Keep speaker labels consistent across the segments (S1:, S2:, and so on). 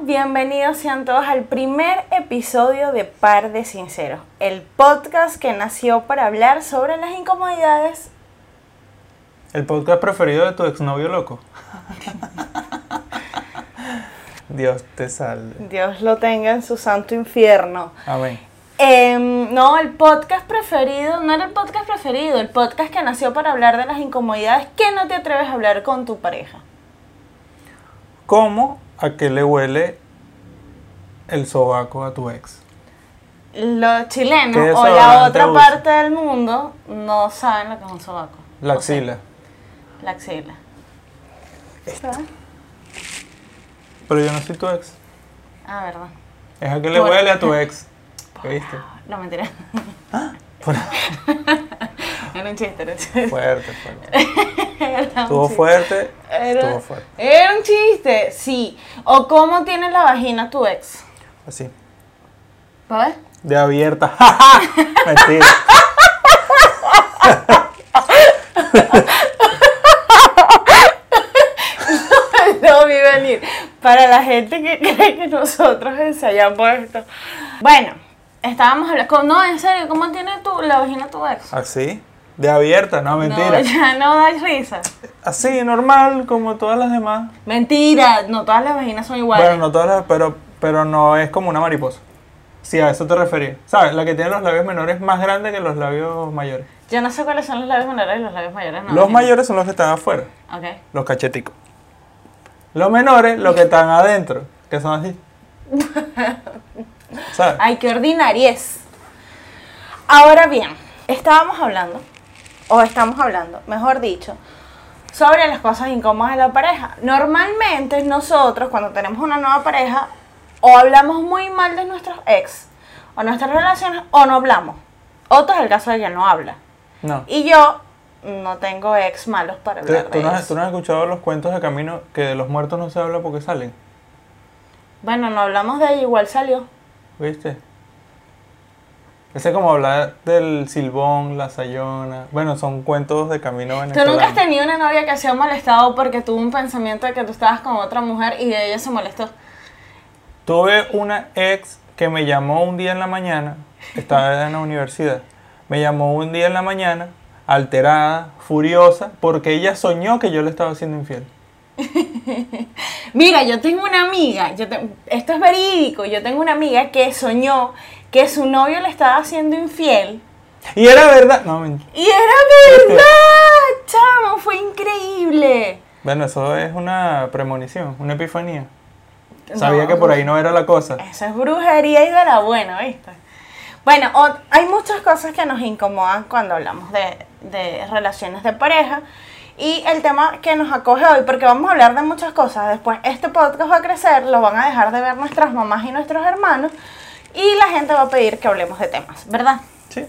S1: Bienvenidos sean todos al primer episodio de Par de Sinceros, el podcast que nació para hablar sobre las incomodidades.
S2: El podcast preferido de tu exnovio loco. Dios te salve.
S1: Dios lo tenga en su santo infierno.
S2: Amén.
S1: Em, no, el podcast preferido, no era el podcast preferido, el podcast que nació para hablar de las incomodidades que no te atreves a hablar con tu pareja.
S2: ¿Cómo a qué le huele el sobaco a tu ex?
S1: Los
S2: ¿Qué
S1: chilenos o la
S2: desodorante
S1: otra
S2: usa?
S1: parte del mundo no saben lo que es un sobaco.
S2: La
S1: O sea,
S2: axila.
S1: la axila.
S2: Pero yo no soy tu ex.
S1: Ah, verdad.
S2: Es a qué le
S1: Por-
S2: huele a tu ex. ¿Viste?
S1: No, mentira.
S2: Por-
S1: Era un chiste, era un chiste.
S2: Fuerte, fuerte.
S1: Era un
S2: Estuvo
S1: chiste.
S2: fuerte.
S1: Era,
S2: Estuvo fuerte.
S1: era un chiste, sí. O cómo tiene la vagina tu ex.
S2: Así.
S1: ¿Para ver?
S2: De abierta. Mentira.
S1: Lo vi venir. Para la gente que cree que nosotros ensayamos esto. Bueno, estábamos hablando. con- No, en serio, ¿cómo tiene tu, la vagina tu ex?
S2: Así. De abierta, no, Ah, mentira.
S1: No, ya no da risa.
S2: Así, normal, como todas las demás.
S1: Mentira, no todas las vaginas son iguales.
S2: Bueno, no todas las, pero, pero no es como una mariposa. Si a eso te refería. ¿Sabes? La que tiene los labios menores más grandes que los labios mayores.
S1: Yo no sé cuáles son los labios menores y los labios mayores. No,
S2: los mayores son los que están afuera,
S1: Ok.
S2: los cacheticos. Los menores, los que están adentro, que son así. ¿Sabes?
S1: Ay, qué ordinariez. Ahora bien, estábamos hablando, o estamos hablando, mejor dicho, sobre las cosas incómodas de la pareja. Normalmente nosotros, cuando tenemos una nueva pareja, o hablamos muy mal de nuestros ex, o nuestras relaciones, o no hablamos. Otro es el caso de que no habla.
S2: No.
S1: Y yo no tengo ex malos para
S2: ¿Tú,
S1: hablar
S2: tú
S1: de
S2: no has,
S1: eso.
S2: tú no has escuchado los cuentos de camino que de los muertos no se habla porque salen?
S1: Bueno, no hablamos de ella, igual salió.
S2: ¿Viste? Ese es como hablar del silbón, la sayona. Bueno, son cuentos de camino
S1: ¿Tú
S2: venezolano.
S1: nunca has tenido una novia que se ha molestado porque tuvo un pensamiento de que tú estabas con otra mujer y ella se molestó?
S2: Tuve una ex que me llamó un día en la mañana, estaba en la universidad, me llamó un día en la mañana, alterada, furiosa, porque ella soñó que yo le estaba siendo infiel.
S1: Mira, yo tengo una amiga, yo te- esto es verídico, yo tengo una amiga que soñó que su novio le estaba haciendo infiel
S2: Y era verdad. No, men-
S1: y era verdad, chamo, fue increíble.
S2: bueno, eso es una premonición, una epifanía. Sabía que por ahí no era la cosa.
S1: Eso es brujería y de la buena, ¿viste? Bueno, o- hay muchas cosas que nos incomodan cuando hablamos de, de relaciones de pareja. Y el tema que nos acoge hoy, porque vamos a hablar de muchas cosas. Después, este podcast va a crecer, lo van a dejar de ver nuestras mamás y nuestros hermanos. Y la gente va a pedir que hablemos de temas, ¿verdad?
S2: Sí.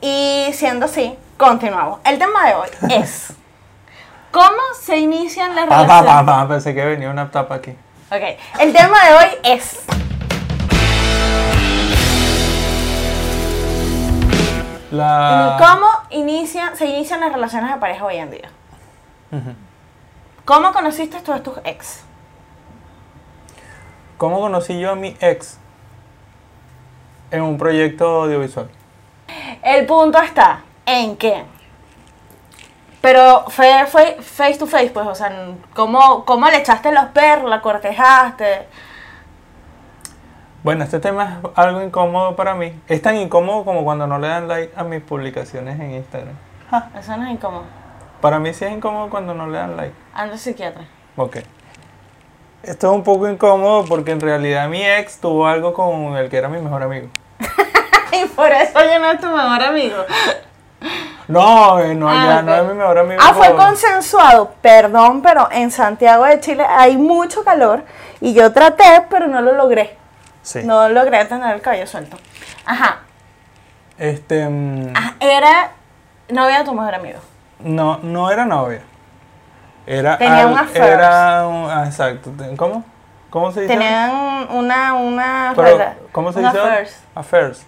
S1: Y siendo así, continuamos. El tema de hoy es: ¿Cómo se inician las
S2: Pa, pa,
S1: relaciones?
S2: pa, pa, pensé que venía una tapa aquí.
S1: Ok, el tema de hoy es.
S2: La...
S1: Mm, ¿Cómo inicia, se inician las relaciones de pareja hoy en día?
S2: Ujú.
S1: ¿Cómo conociste tú a tus ex?
S2: ¿Cómo conocí yo a mi ex? En un proyecto audiovisual.
S1: El punto está en que. Pero fue, fue face to face, pues, o sea, ¿cómo, cómo le echaste los perros, la cortejaste?
S2: Bueno, este tema es algo incómodo para mí. Es tan incómodo como cuando no le dan like a mis publicaciones en Instagram. Ja.
S1: Eso no es incómodo.
S2: Para mí sí es incómodo cuando no le dan like.
S1: Ando al psiquiatra.
S2: Ok. Esto es un poco incómodo porque en realidad mi ex tuvo algo con el que era mi mejor amigo.
S1: y por eso yo no es tu mejor amigo.
S2: No, eh, no,
S1: Ah,
S2: ya
S1: ok.
S2: no es mi mejor amigo.
S1: Ah, fue
S2: por-
S1: consensuado. Perdón, pero en Santiago de Chile hay mucho calor y yo traté, pero no lo logré.
S2: Sí.
S1: No logré tener el cabello suelto. Ajá.
S2: Este, mm,
S1: Ah, Era novia de tu mejor amigo.
S2: no, no era novia. Era,
S1: Tenía
S2: al-
S1: un affair.
S2: era un- ah, exacto. Te- ¿Cómo? ¿Cómo se dice?
S1: Tenían una, una
S2: Pero,
S1: rela-
S2: ¿Cómo se
S1: una
S2: dice?
S1: affairs.
S2: Affairs.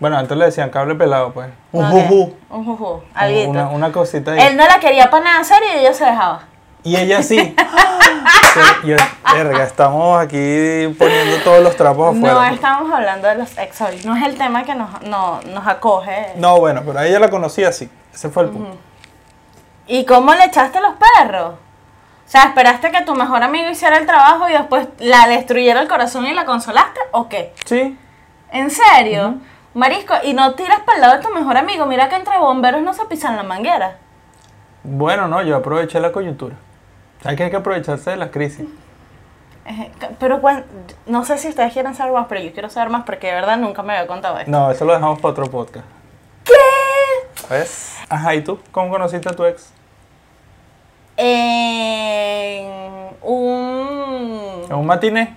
S2: Bueno, antes le decían cable pelado, pues. Un
S1: Ok,
S2: juju.
S1: Un juju, alguito.
S2: Una, una cosita ahí.
S1: Él no la quería para nada serio y ella se dejaba.
S2: Y ella sí. Pero yo, verga, estamos aquí poniendo todos los trapos afuera.
S1: No estamos hablando de los ex hoy. No es el tema que nos, no- nos acoge.
S2: pues. No, bueno, pero a ella la conocía así. Ese fue el punto.
S1: ¿Y cómo le echaste los perros? O sea, ¿esperaste que tu mejor amigo hiciera el trabajo y después la destruyera el corazón y la consolaste? ¿O qué?
S2: Sí.
S1: ¿En serio? Marisco, y no tiras para el lado de tu mejor amigo. Mira que entre bomberos no se pisan la manguera.
S2: Bueno, no, yo aproveché la coyuntura. ¿Sabes que hay que aprovecharse de las crisis?
S1: Eh, Pero cuan- no sé si ustedes quieren saber más, pero yo quiero saber más porque de verdad nunca me había contado esto.
S2: No, eso lo dejamos para otro podcast.
S1: ¿Qué?
S2: ¿Ves? Ajá, ¿y tú? ¿Cómo conociste a tu ex?
S1: En un...
S2: ¿En un matiné?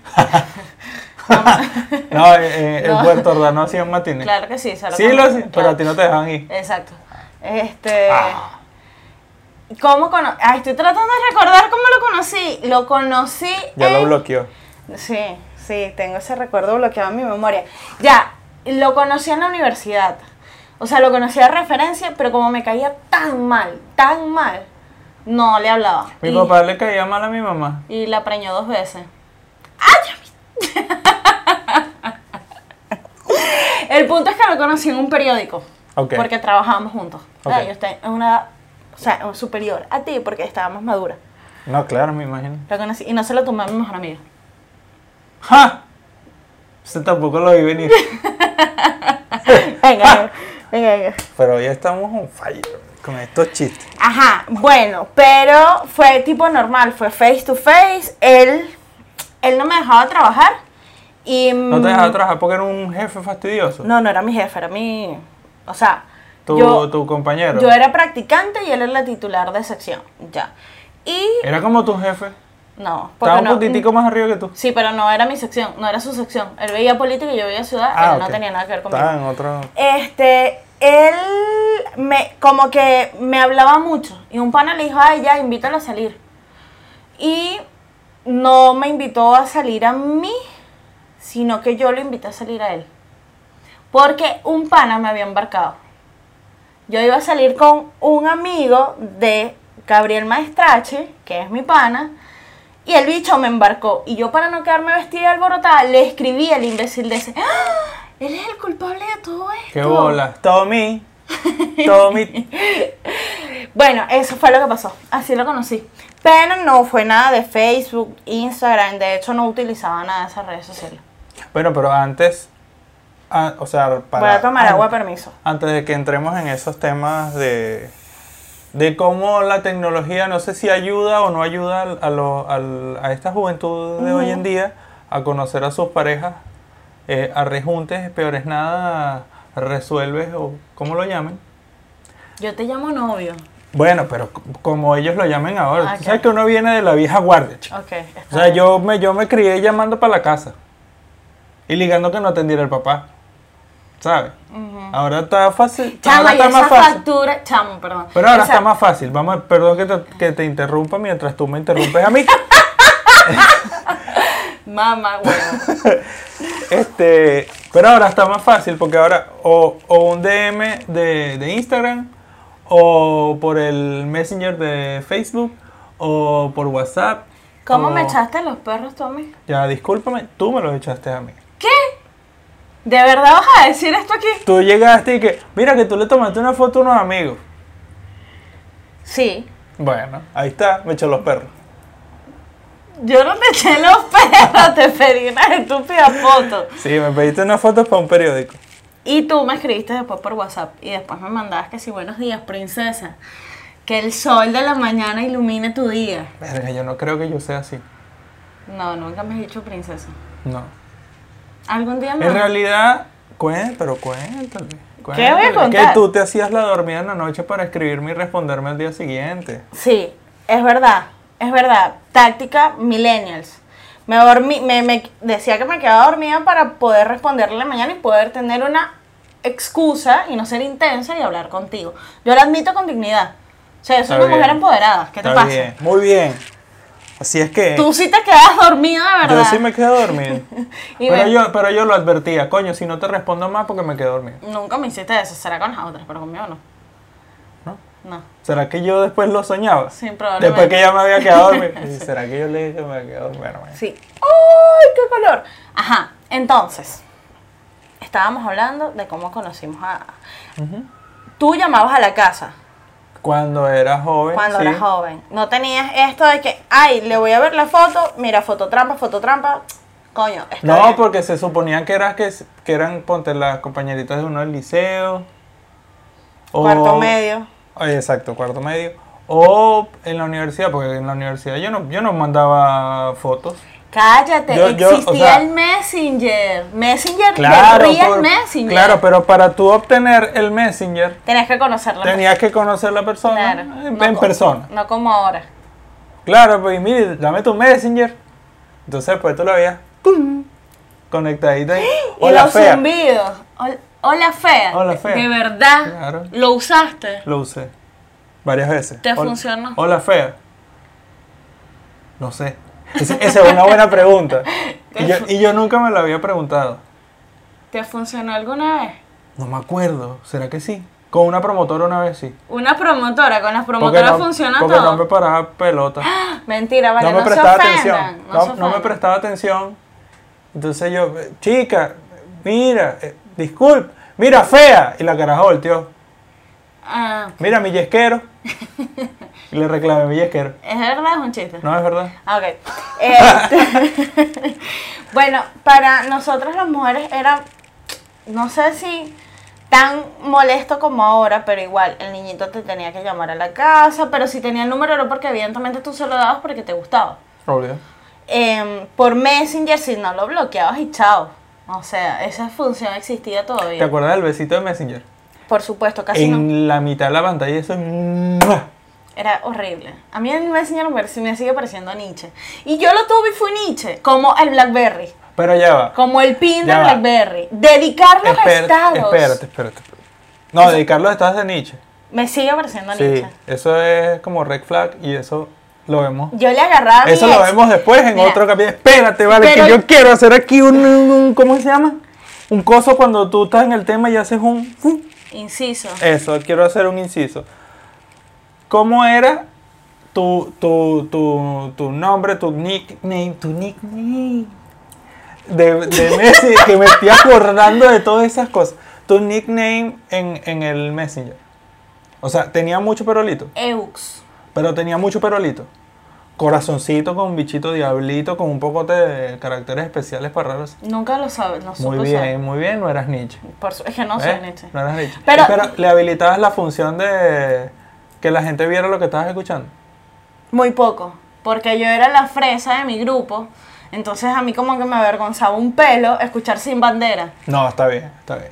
S2: no, eh, eh, en
S1: No.
S2: Puerto Ordaz no hacían matiné.
S1: Claro que sí, se
S2: sí, lo
S1: conozco,
S2: hacían, pero
S1: claro.
S2: a ti no te dejaban ir.
S1: Exacto. Este...
S2: Ah.
S1: ¿Cómo cono Ay, estoy tratando de recordar cómo lo conocí. Lo conocí
S2: Ya lo
S1: en-
S2: bloqueó.
S1: Sí, sí, tengo ese recuerdo bloqueado en mi memoria. Ya, lo conocí en la universidad. O sea, lo conocí de referencia, pero como me caía tan mal, tan mal, no le hablaba.
S2: Mi
S1: y,
S2: papá le caía mal a mi mamá.
S1: Y la preñó dos veces. ¡Ay! El punto es que lo conocí en un periódico.
S2: Ok.
S1: Porque trabajábamos juntos. O sea,
S2: Ok.
S1: Yo estoy en una edad, o sea, superior a ti porque estábamos maduras.
S2: No, claro, me imagino.
S1: Lo conocí y no se lo tomé a mi mejor amiga.
S2: ¡Ja! Usted tampoco lo vi venir.
S1: Venga, venga, venga.
S2: Pero hoy estamos on fire con estos chistes.
S1: Ajá, bueno, pero fue tipo normal, fue face to face. Él, él no me dejaba trabajar y...
S2: No te dejaba trabajar porque era un jefe fastidioso.
S1: Mm. No, no era mi jefe, era mi... O sea,
S2: Tu,
S1: yo,
S2: tu compañero.
S1: yo era practicante y él era la titular de sección, ya. Y...
S2: Era como tu jefe.
S1: No,
S2: Eh, Estaba
S1: porque
S2: un
S1: no... mm,
S2: poquitico más arriba que tú.
S1: Sí, pero no era mi sección, no era su sección. Él veía política y yo veía ciudad, él no
S2: Ah, ok.
S1: tenía nada que ver conmigo.
S2: Estaba en otro.
S1: Este, él me, como que me hablaba mucho. Y un pana le dijo, ay, ya, invítalo a salir. Y no me invitó a salir a mí, sino que yo lo invité a salir a él. Porque un pana me había embarcado. Yo iba a salir con un amigo de Gabriel Maestrache, que es mi pana, y el bicho me embarcó. Y yo para no quedarme vestida y alborotada, le escribí al imbécil de ese. ¡Ah! Él es el culpable de todo esto.
S2: ¡Qué bola! Tommy. Tommy.
S1: Bueno, eso fue lo que pasó. Así lo conocí. Pero no fue nada de Facebook, Instagram. De hecho, no utilizaba nada de esas redes sociales.
S2: bueno, pero antes. ah, o sea, para. Ah,
S1: Voy a tomar
S2: an-
S1: agua, permiso.
S2: Antes de que entremos en esos temas de. De cómo la tecnología, no sé si ayuda o no ayuda al- a, lo- al- a esta juventud de hoy en día a conocer a sus parejas, eh, a rejuntes, peores nada, resuelves o como lo llamen.
S1: Yo te llamo novio.
S2: Bueno, pero c- como ellos lo llamen ahora.
S1: Ah,
S2: Tú
S1: ok.
S2: sabes que uno viene de la vieja guardia, chico.
S1: Ok. está
S2: O sea,
S1: bien.
S2: yo me, yo me crié llamando para la casa. Y ligando que no atendiera el papá. ¿Sabes? Ahora está fácil.
S1: Chamo,
S2: ahora
S1: y
S2: está
S1: esa
S2: más fácil.
S1: factura. Chamo, perdón.
S2: Pero ahora
S1: Esa-
S2: está más fácil. Vamos, a- perdón que te, que te interrumpa mientras tú me interrumpes a mí.
S1: Mamá, huevo.
S2: este, pero ahora está más fácil porque ahora o, o un DM de, de Instagram o por el Messenger de Facebook o por WhatsApp.
S1: ¿Cómo
S2: o-
S1: me echaste los perros, Tommy?
S2: Ya, discúlpame, tú me los echaste a mí.
S1: ¿Qué? ¿De verdad vas a decir esto aquí?
S2: Tú llegaste y que, mira que tú le tomaste una foto a unos amigos.
S1: Sí.
S2: Bueno, ahí está, me echó los perros.
S1: Yo no te eché los perros, te pedí una estúpida foto.
S2: Sí, me pediste unas fotos para un periódico.
S1: Y tú me escribiste después por WhatsApp y después me mandabas que sí, buenos días, princesa. Que el sol de la mañana ilumine tu día.
S2: Verga, yo no creo que yo sea así.
S1: No, nunca me has dicho princesa.
S2: No.
S1: Algún día me...
S2: En realidad, cué- pero cuéntale.
S1: Ah, ¿Qué voy a
S2: cuéntale.
S1: contar?
S2: Que tú te hacías la dormida en la noche para escribirme y responderme al día siguiente.
S1: Sí, es verdad, es verdad. Táctica millennials. Me, dormí, me, me decía que me quedaba dormida para poder responderle mañana y poder tener una excusa y no ser intensa y hablar contigo. Yo lo admito con dignidad. O sea, yo soy
S2: Está
S1: una
S2: bien.
S1: mujer empoderada. ¿Qué te
S2: Está
S1: pasa?
S2: bien, Muy bien. Así es que
S1: Tú sí te quedas dormida, de ¿verdad?
S2: yo sí me quedo dormido.
S1: Y
S2: pero,
S1: me-
S2: yo, pero yo lo advertía, coño, si no te respondo más porque me quedo dormido.
S1: Nunca me hiciste eso, será con las otras, pero conmigo no.
S2: ¿No?
S1: No.
S2: ¿Será que yo después lo soñaba?
S1: Sí, probablemente.
S2: Después que ella me había quedado dormida. Y, ¿Será que yo le dije que me quedé dormida? Bueno, bueno.
S1: Sí. ¡Ay, qué color! Ajá, entonces, estábamos hablando de cómo conocimos a...
S2: Ujú.
S1: Tú llamabas a la casa
S2: Cuando era joven.
S1: cuando
S2: sí.
S1: eras joven. No tenías esto de que, ay, le voy a ver la foto, mira, fototrampa, fototrampa. Coño, está
S2: No,
S1: bien.
S2: porque se suponía que, eras que, que eran, ponte, las compañeritas de uno del liceo. o-
S1: Cuarto medio.
S2: Ay, Exacto, cuarto medio. O en la universidad, porque en la universidad yo no, yo no mandaba fotos.
S1: Cállate,
S2: Yo- yo, o
S1: existía
S2: sea-
S1: el Messenger. Messenger
S2: Claro,
S1: de Real
S2: por-
S1: Messenger.
S2: claro, pero para tú obtener el Messenger,
S1: Tenías que conocerlo.
S2: tenías que conocer la persona
S1: Claro.
S2: eh, en,
S1: No co-
S2: persona.
S1: No como ahora.
S2: Claro, pues y mire, dame tu Messenger. Entonces, pues tú la veías ¡pum! conectadita ahí.
S1: y
S2: Hola,
S1: los
S2: fea.
S1: zumbidos. Hol- Hola fea.
S2: Hola, fea.
S1: De verdad.
S2: Claro.
S1: Lo usaste.
S2: Lo usé varias veces.
S1: ¿Te
S2: Hola-
S1: funcionó?
S2: Hola, fea. No sé. Ese- Esa es una buena pregunta. Y yo, y yo nunca me la había preguntado.
S1: ¿Te funcionó alguna vez?
S2: No me acuerdo. ¿Será que sí? Con una promotora una vez sí.
S1: Una promotora, con las
S2: Porque
S1: promotoras
S2: no-
S1: funciona
S2: Porque
S1: todo.
S2: no me paraba pelota.
S1: Mentira, vale,
S2: no
S1: no,
S2: me
S1: se
S2: prestaba
S1: ofendan,
S2: atención.
S1: no
S2: No,
S1: se
S2: no me
S1: ofendan.
S2: prestaba atención. Entonces yo, eh, chica, mira, eh, disculpe, mira, fea. Y la caraja volteó.
S1: Ah,
S2: Mira, mi yesquero. y le reclamé mi yesquero.
S1: ¿Es verdad? Es un chiste.
S2: No, es verdad.
S1: Ah, Ok. Este, bueno, para nosotras las mujeres era, no sé si tan molesto como ahora, pero igual el niñito te tenía que llamar a la casa, pero si tenía el número era porque evidentemente tú se lo dabas porque te gustaba.
S2: Obvio.
S1: Em, por Messenger, si no lo bloqueabas y chao. O sea, esa función existía
S2: ¿Te
S1: todavía.
S2: acuerdas del besito de Messenger?
S1: Por supuesto, casi no.
S2: en la mitad de la pantalla eso es... ¡mua!
S1: Era horrible. A mí el Messenger me parece- me sigue pareciendo Nietzsche. Y yo lo tuve y fui Nietzsche, como el Blackberry,
S2: Pero ya va.
S1: como el pin
S2: Ya
S1: del
S2: va.
S1: Blackberry. Dedicar los
S2: Espérate,
S1: estados.
S2: espérate, espérate. No, dedicarlo estás de Nietzsche.
S1: Me sigue pareciendo
S2: Sí,
S1: Nietzsche.
S2: eso es como red flag y eso lo vemos
S1: Yo le agarraba a mi
S2: Eso lo
S1: ex,
S2: vemos después en
S1: Mira.
S2: otro capítulo. Espérate, vale,
S1: Pero-
S2: que yo quiero hacer aquí un, un- un- ¿Cómo se llama? Un coso cuando tú estás en el tema y haces un.
S1: Inciso.
S2: Eso, quiero hacer un inciso. ¿Cómo era tu, tu, tu, tu nombre, tu nickname, tu nickname? De, de Messi, que me estoy acordando de todas esas cosas. Tu nickname en, en el Messenger. O sea, tenía mucho perolito.
S1: Eux.
S2: Pero tenía mucho perolito. Corazoncito con bichito diablito, con un poco de caracteres especiales para raros.
S1: Nunca lo sabes, no
S2: Muy
S1: supe
S2: bien,
S1: usar.
S2: muy bien, no eras Nietzsche.
S1: Por su- es que no
S2: ¿ves?
S1: soy Nietzsche.
S2: No eras Nietzsche.
S1: Pero-
S2: Pero, le habilitabas la función de que la gente viera lo que estabas escuchando.
S1: Muy poco, porque yo era la fresa de mi grupo, entonces a mí como que me avergonzaba un pelo escuchar sin bandera.
S2: No, está bien, está bien.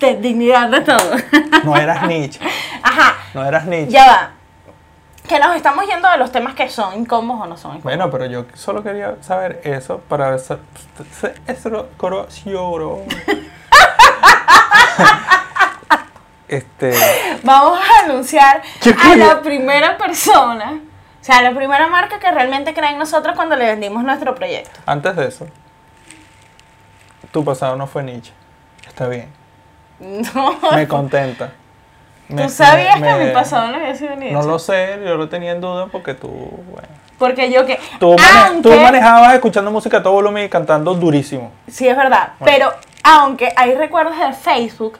S1: De dignidad de todo.
S2: No eras Nietzsche.
S1: Ajá,
S2: No eras Nietzsche.
S1: ya va. Que nos estamos yendo de los temas que son incómodos o no son incómodos.
S2: Bueno, pero yo solo quería saber eso para ver. sa- se- Eso lo coro- lloro. Este.
S1: Vamos a anunciar
S2: Yo
S1: a
S2: creo-
S1: la primera persona, o sea, a la primera marca que realmente cree en nosotros cuando le vendimos nuestro proyecto.
S2: Antes de eso, tu pasado no fue Nietzsche. Está bien.
S1: No.
S2: Me contenta. Me-
S1: ¿Tú sabías
S2: me-
S1: que
S2: me-
S1: mi pasado no había sido ni
S2: No lo sé, yo lo tenía en duda porque tú, bueno.
S1: Porque yo que...
S2: Tú, mane- tú
S1: aunque-
S2: manejabas escuchando música a todo volumen y cantando durísimo.
S1: Sí, es verdad. Pero aunque hay recuerdos de Facebook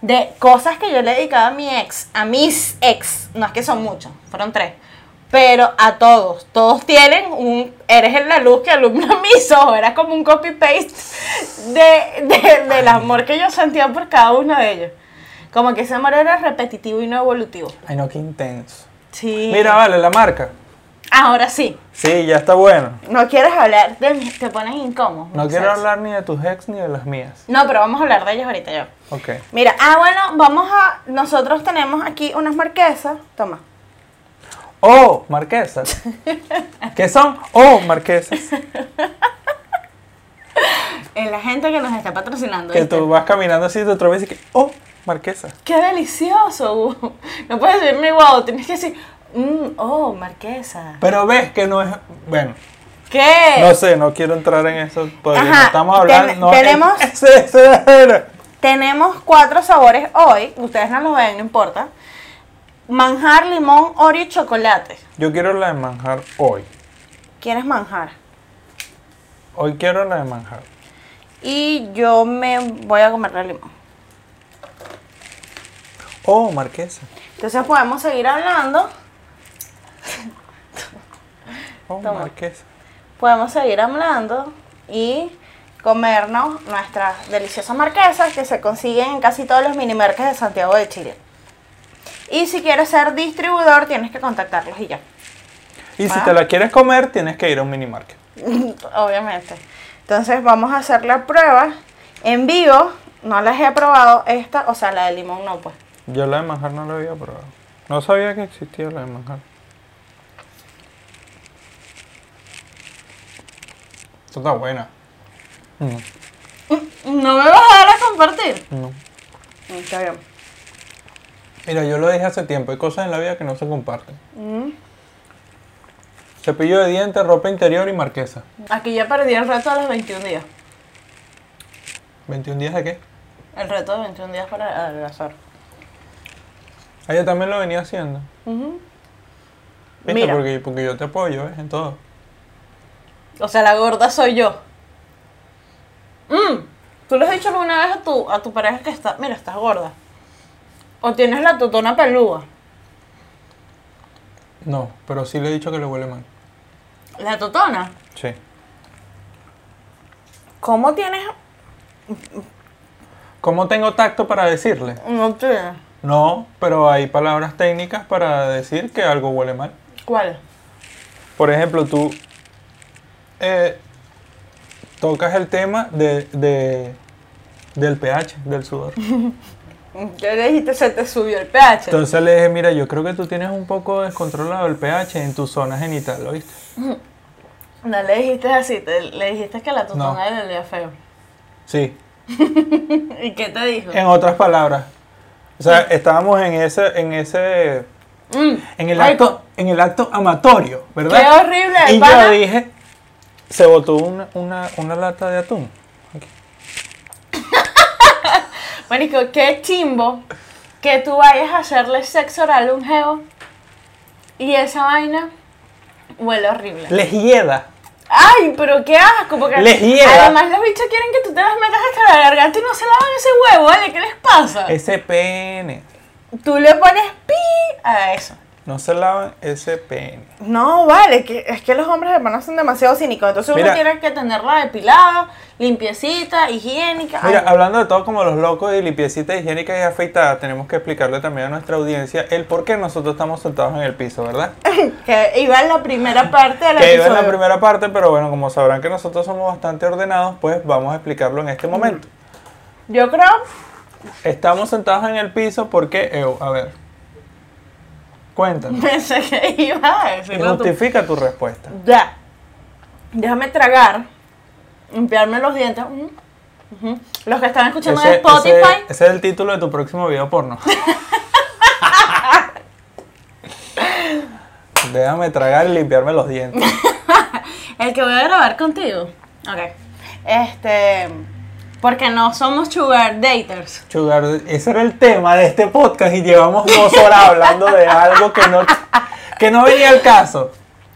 S1: de cosas que yo le dedicaba a mi ex, a mis ex, no es que son muchos, fueron tres. Pero a todos, todos tienen un. Eres en la luz que alumbra mis ojos. Era como un copy-paste de, de- del amor que yo sentía por cada uno de ellos. Como que ese amor era repetitivo y no evolutivo.
S2: Ay, no, qué intenso.
S1: Sí.
S2: Mira, vale, la marca.
S1: Ahora sí.
S2: Sí, ya está bueno.
S1: No quieres hablar de. mí, Te pones incómodo.
S2: No quiero
S1: ¿sabes?
S2: hablar ni de tus ex ni de las mías.
S1: No, pero vamos a hablar de ellos ahorita yo.
S2: Ok.
S1: Mira, ah, bueno, vamos a. Nosotros tenemos aquí unas marquesas. Toma.
S2: Oh, marquesas. ¿Qué son? Oh, marquesas.
S1: Es la gente que nos está patrocinando.
S2: Que
S1: ¿viste?
S2: tú vas caminando así de otra vez y que, oh, marquesa.
S1: ¡Qué delicioso! Hugo! No puedes decirme wow, tienes que decir. "Mm, oh, marquesa.
S2: Pero ves que no es. Bueno,
S1: ¿Qué?
S2: no sé, no quiero entrar en eso porque
S1: Eh. Ajá,
S2: estamos hablando.
S1: ten-
S2: no,
S1: tenemos-
S2: ese- ese era.
S1: Tenemos cuatro sabores hoy. Ustedes no los ven, no importa. Manjar, limón, oreo y chocolate.
S2: Yo quiero la de manjar hoy.
S1: ¿Quieres manjar?
S2: Hoy quiero la de manjar.
S1: Y yo me voy a comer la limón.
S2: Oh, marquesa.
S1: Entonces podemos seguir hablando.
S2: Oh,
S1: Toma.
S2: marquesa.
S1: podemos seguir hablando y comernos nuestras deliciosas marquesas que se consiguen en casi todos los minimerques de Santiago de Chile. Y si quieres ser distribuidor, tienes que contactarlos y ya,
S2: Y si
S1: Ah.
S2: te la quieres comer, tienes que ir a un minimarket.
S1: obviamente. Entonces vamos a hacer la prueba en vivo. No las he probado esta, o sea, la de limón no, pues.
S2: Yo la de manjar no la había probado. No sabía que existía la de manjar. Esto está buena. No,
S1: No me vas a dar a compartir.
S2: no.
S1: Mm, Está bien.
S2: Mira, yo lo dije hace tiempo, hay cosas en la vida que no se comparten.
S1: Mm.
S2: Cepillo de dientes, ropa interior y marquesa.
S1: Aquí ya perdí el reto de los 21 días.
S2: ¿21 días de qué?
S1: El reto de 21 días para adelgazar.
S2: Ah, yo también lo venía haciendo. ¿Viste?
S1: Mira.
S2: Porque, porque yo te apoyo, ¿ves? En todo.
S1: O sea, la gorda soy yo. Mm, ¿Tú le has dicho alguna vez a tu, a tu pareja que está, mira, estás gorda? ¿O tienes la totona peluda?
S2: No, pero sí le he dicho que le huele mal.
S1: ¿La totona?
S2: Sí.
S1: ¿Cómo tienes?
S2: ¿Cómo tengo tacto para decirle?
S1: No sé.
S2: No, pero hay palabras técnicas para decir que algo huele mal.
S1: ¿Cuál?
S2: Por ejemplo, tú eh, tocas el tema de, de- del pH, del sudor.
S1: Ya le dijiste, se te subió el pH.
S2: Entonces le dije, mira, yo creo que tú tienes un poco descontrolado el pH en tu zona genital, ¿oíste?
S1: No le dijiste así, te- le dijiste que la
S2: No.
S1: totona le olía feo.
S2: Sí,
S1: ¿Y qué te dijo?
S2: en otras palabras. O sea, estábamos en ese, en ese,
S1: Mm,
S2: en el
S1: Ay,
S2: acto, en el acto amatorio, ¿verdad?
S1: Qué horrible,
S2: Y
S1: pana.
S2: yo dije, se botó una, una, una lata de atún. Aquí.
S1: Marico, qué chimbo que tú vayas a hacerle sexo oral a un geo y esa vaina huele horrible.
S2: Les hieda.
S1: Ay, pero qué asco, porque
S2: Les hiela.
S1: además los bichos quieren que tú te las metas hasta la garganta y no se lavan ese huevo, ¿vale? ¿Qué les pasa?
S2: Ese pene.
S1: Tú le pones pi a eso.
S2: No se lavan ese pene.
S1: No, vale, que, es que los hombres hermanos son demasiado cínicos, entonces
S2: Mira.
S1: uno tiene que tenerla depilada, limpiecita, higiénica. Ay,
S2: Mira, hablando de todo como los locos y limpiecita higiénica y afeitada, tenemos que explicarle también a nuestra audiencia el por qué nosotros estamos sentados en el piso, ¿verdad?
S1: que iba en la primera parte de la
S2: Que iba en la primera parte, pero bueno, como sabrán que nosotros somos bastante ordenados, pues vamos a explicarlo en este momento.
S1: Yo creo
S2: Estamos sentados en el piso porque, Ew, a ver, cuéntanos,
S1: Pensé que iba a
S2: y
S1: decirlo tú.
S2: justifica tu respuesta.
S1: Ya. Déjame tragar. Limpiarme los dientes. Mm, ujú. Los que están escuchando en Spotify.
S2: ese es el título de tu próximo video porno. Déjame tragar y limpiarme los dientes.
S1: El que voy a grabar contigo. Ok. Este. Porque no somos sugar daters.
S2: Sugar, ese era el tema de este podcast y llevamos dos horas hablando de algo que no, que no venía al caso.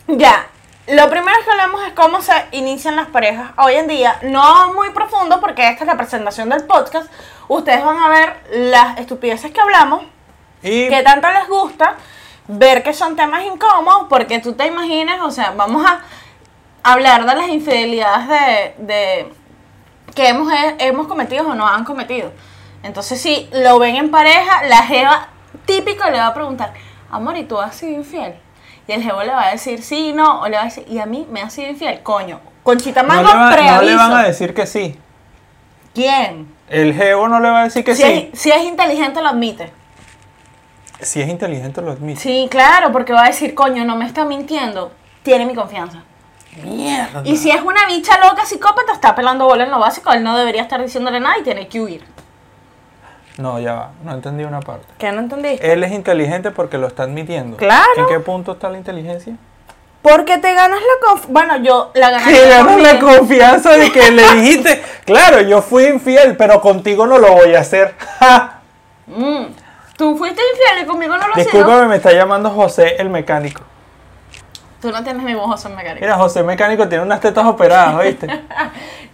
S1: Ya. Lo primero que hablamos es cómo se inician las parejas hoy en día. No muy profundo, porque esta es la presentación del podcast. Ustedes van a ver las estupideces que hablamos.
S2: Y
S1: que tanto les gusta ver que son temas incómodos porque tú te imaginas, o sea, vamos a hablar de las infidelidades de, de- que hemos, hemos cometido o no han cometido. Entonces, si lo ven en pareja, la jeva típico le va a preguntar, amor, ¿y tú has sido infiel? Y el jevo le va a decir sí, no, o le va a decir, y a mí me has sido infiel, coño. Conchita
S2: no,
S1: Mango,
S2: le va- no le
S1: preaviso.
S2: van a decir que sí.
S1: ¿Quién?
S2: El jevo no le va a decir que
S1: Si,
S2: sí.
S1: Es, si es inteligente, lo admite.
S2: Si es inteligente, lo admite.
S1: Sí, claro, porque va a decir, coño, no me está mintiendo. Tiene mi confianza.
S2: Mierda.
S1: Y si es una bicha loca psicópata, está pelando bola en lo básico, él no debería estar diciéndole nada y tiene que huir.
S2: No, ya va. No entendí una parte.
S1: ¿Qué no entendiste?
S2: Él es inteligente porque lo está admitiendo.
S1: Claro.
S2: ¿En qué punto está la inteligencia?
S1: Porque te ganas la confianza. Bueno, yo la gané.
S2: Que ganas la
S1: también.
S2: confianza de que le dijiste, claro, yo fui infiel, pero contigo no lo voy a hacer. Ja.
S1: Mm. Tú fuiste infiel y conmigo no lo has sido.
S2: Discúlpame, me está llamando José el mecánico.
S1: Tú no tienes ningún oso en mecánico.
S2: Mira, José el mecánico tiene unas tetas operadas, ¿oíste?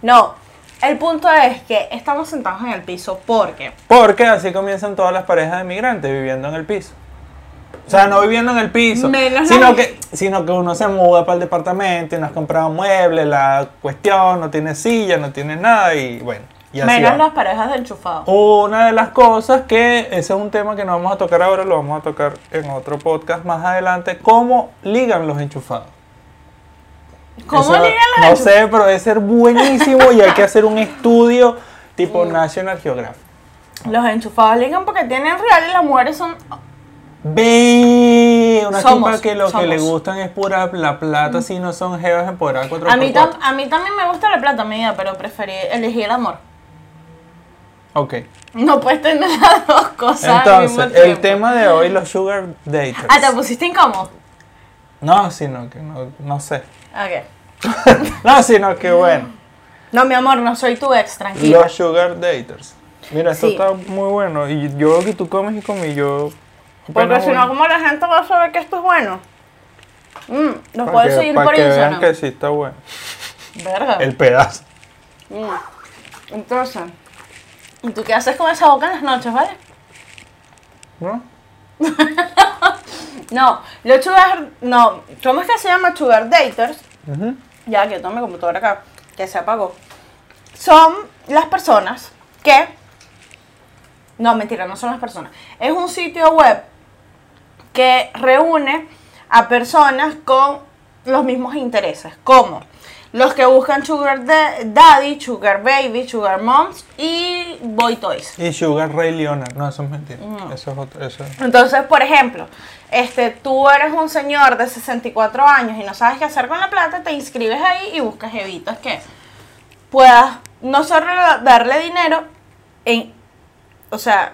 S1: No, el punto es que estamos sentados en el piso porque
S2: Porque así comienzan todas las parejas de migrantes viviendo en el piso. O sea, no viviendo en el piso,
S1: Menos
S2: sino
S1: la-
S2: que, sino que uno se muda para el departamento y no has comprado muebles, la cuestión, no tiene silla, no tiene nada y bueno. Y así
S1: menos
S2: va.
S1: las parejas de enchufado.
S2: Una de las cosas que ese es un tema que no vamos a tocar ahora, lo vamos a tocar en otro podcast más adelante, cómo ligan los enchufados.
S1: ¿Cómo
S2: Eso-
S1: ligan
S2: No
S1: las enchufadas?
S2: sé, pero debe ser buenísimo y hay que hacer un estudio tipo National Geographic.
S1: Los enchufados ligan porque tienen real y las mujeres son
S2: Ve, una
S1: Somos,
S2: tipa que lo que le
S1: somos.
S2: gustan es pura la plata, si no son jevas empoderadas 4
S1: A mí, tam- a mí también me gusta la plata, mi vida, pero preferí elegir el amor.
S2: Ok.
S1: No puedes tener las dos cosas al
S2: Entonces,
S1: mismo
S2: el
S1: tiempo.
S2: tema de hoy, los sugar daters.
S1: Ah, te pusiste incómodo.
S2: No, sino que no, no sé.
S1: Ok.
S2: No, sino que bueno.
S1: No, mi amor, no soy tu ex, tranquila.
S2: Los sugar daters. Mira, esto
S1: Sí.
S2: está muy bueno. Y yo veo que tú comes y comí yo.
S1: Porque
S2: apenas
S1: si no,
S2: voy-
S1: ¿cómo la gente va a saber que esto es bueno? Mm, los
S2: para
S1: puedes
S2: que-
S1: seguir
S2: para
S1: por
S2: que vean
S1: Instagram.
S2: que sí está bueno.
S1: Verga.
S2: El pedazo.
S1: Mm. Entonces, ¿y tú qué haces con esa boca en las noches, vale?
S2: ¿No?
S1: No, los sugar... No, ¿cómo es que se llama sugar daters?
S2: Ujú.
S1: ya que tengo mi computadora acá, que se apagó, son las personas que... No, mentira, no son las personas. Es un sitio web que reúne a personas con los mismos intereses, como los que buscan Sugar da- Daddy, Sugar Baby, Sugar Moms y Boy Toys.
S2: Y Sugar Ray Leonard. No, eso es mentira. Eso es otro. Eso es-
S1: Entonces, por ejemplo, este, tú eres un señor de 64 años y no sabes qué hacer con la plata, te inscribes ahí y buscas evitas que puedas no solo darle dinero, en, o sea,